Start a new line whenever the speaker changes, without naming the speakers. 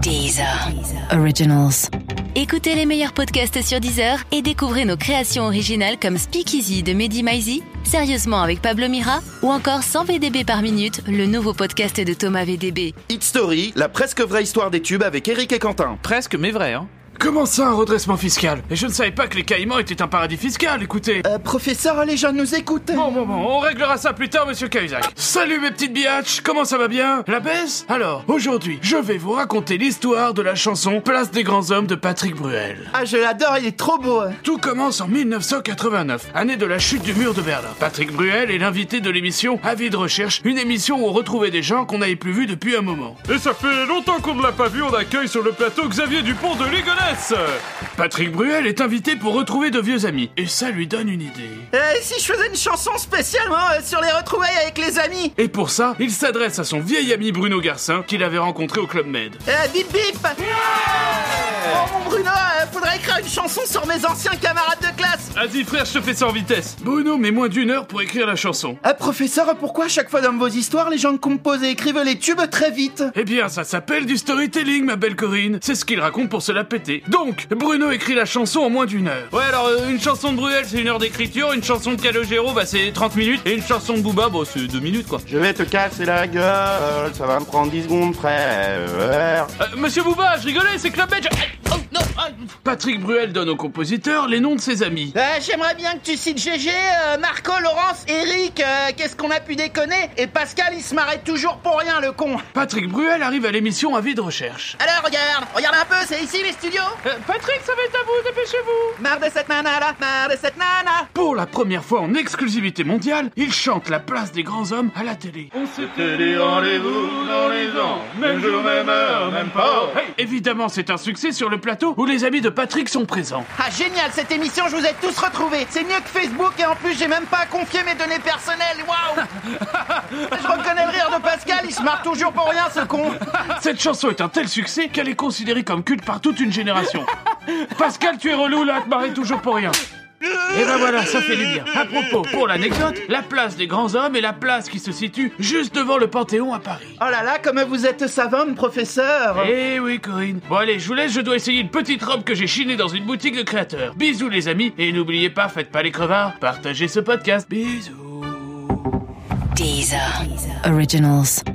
Deezer. Originals. Écoutez les meilleurs podcasts sur Deezer et découvrez nos créations originales comme Speakeasy de Mehdi Maizi, Sérieusement avec Pablo Mira ou encore 100 VDB par minute, le nouveau podcast de Thomas VDB.
Hit Story, la presque vraie histoire des tubes avec Eric et Quentin.
Presque, mais vrai, hein.
Comment ça un redressement fiscal Et je ne savais pas que les Caïmans étaient un paradis fiscal, écoutez
Euh, professeur, allez jeunes nous écouter.
Bon, bon, bon, on réglera ça plus tard, monsieur Cahuzac. Salut mes petites biatches, comment ça va bien La baisse Alors, aujourd'hui, je vais vous raconter l'histoire de la chanson Place des grands hommes de Patrick Bruel.
Ah, je l'adore, il est trop beau. hein.
Tout commence en 1989, année de la chute du mur de Berlin. Patrick Bruel est l'invité de l'émission Avis de recherche, une émission où on retrouvait des gens qu'on n'avait plus vus depuis un moment.
Et ça fait longtemps qu'on ne l'a pas vu, on accueille sur le plateau Xavier Dupont de Ligonnès
Patrick Bruel est invité pour retrouver de vieux amis, et ça lui donne une idée.
Euh, si je faisais une chanson spécialement euh, sur les retrouvailles avec les amis.
Et pour ça, il s'adresse à son vieil ami Bruno Garcin qu'il avait rencontré au Club Med.
Euh, bip bip. oh mon Bruno, euh, faudrait écrire une chanson sur mes anciens camarades de classe.
Vas-y frère, je te fais ça en vitesse
Bruno met moins d'une heure pour écrire la chanson.
Ah, professeur, pourquoi à chaque fois dans vos histoires, les gens composent et écrivent les tubes très vite
Eh bien, ça s'appelle du storytelling, ma belle Corinne. C'est ce qu'il raconte pour se la péter. Donc, Bruno écrit la chanson en moins d'une heure.
Ouais alors, euh, une chanson de Bruel c'est une heure d'écriture, une chanson de Calogero bah c'est 30 minutes, et une chanson de Booba bah c'est 2 minutes quoi.
Je vais te casser la gueule, ça va me prendre 10 secondes, frère.
Euh, Monsieur Booba, je rigolais, c'est Club Med, je- Aïe, Oh non ah,
Patrick Bruel donne au compositeur les noms de ses amis.
Euh, J'aimerais bien que tu cites GG, euh, Marco, Laurence, Eric, euh, qu'est-ce qu'on a pu déconner Et Pascal, il se m'arrête toujours pour rien, le con.
Patrick Bruel arrive à l'émission Avis de recherche.
Alors regarde, regarde un peu, c'est ici les studios
Euh, Patrick, ça va être à vous, dépêchez-vous
Marre de cette nana là, marre de cette nana
Pour la première fois en exclusivité mondiale, il chante la place des grands hommes à la télé.
On s'était dit rendez-vous dans les ans, même jour, même heure, même pas
Hey, évidemment, c'est un succès sur le plateau où les amis de Patrick sont présents.
Ah génial cette émission, je vous ai tous retrouvés C'est mieux que Facebook et en plus j'ai même pas confié mes données personnelles, waouh Je reconnais le rire de Pascal, il se marre toujours pour rien ce con
Cette chanson est un tel succès qu'elle est considérée comme culte par toute une génération. Pascal, tu es relou là, à te marrer toujours pour rien. Et ben voilà, ça fait du bien. À propos, pour l'anecdote, la place des grands hommes est la place qui se situe juste devant le Panthéon à Paris.
Oh là là, comme vous êtes savante, professeur
Eh oui, Corinne. Bon allez, je vous laisse, je dois essayer une petite robe que j'ai chinée dans une boutique de créateurs. Bisous les amis, et n'oubliez pas, faites pas les crevards, partagez ce podcast. Bisous.
Deezer. Originals.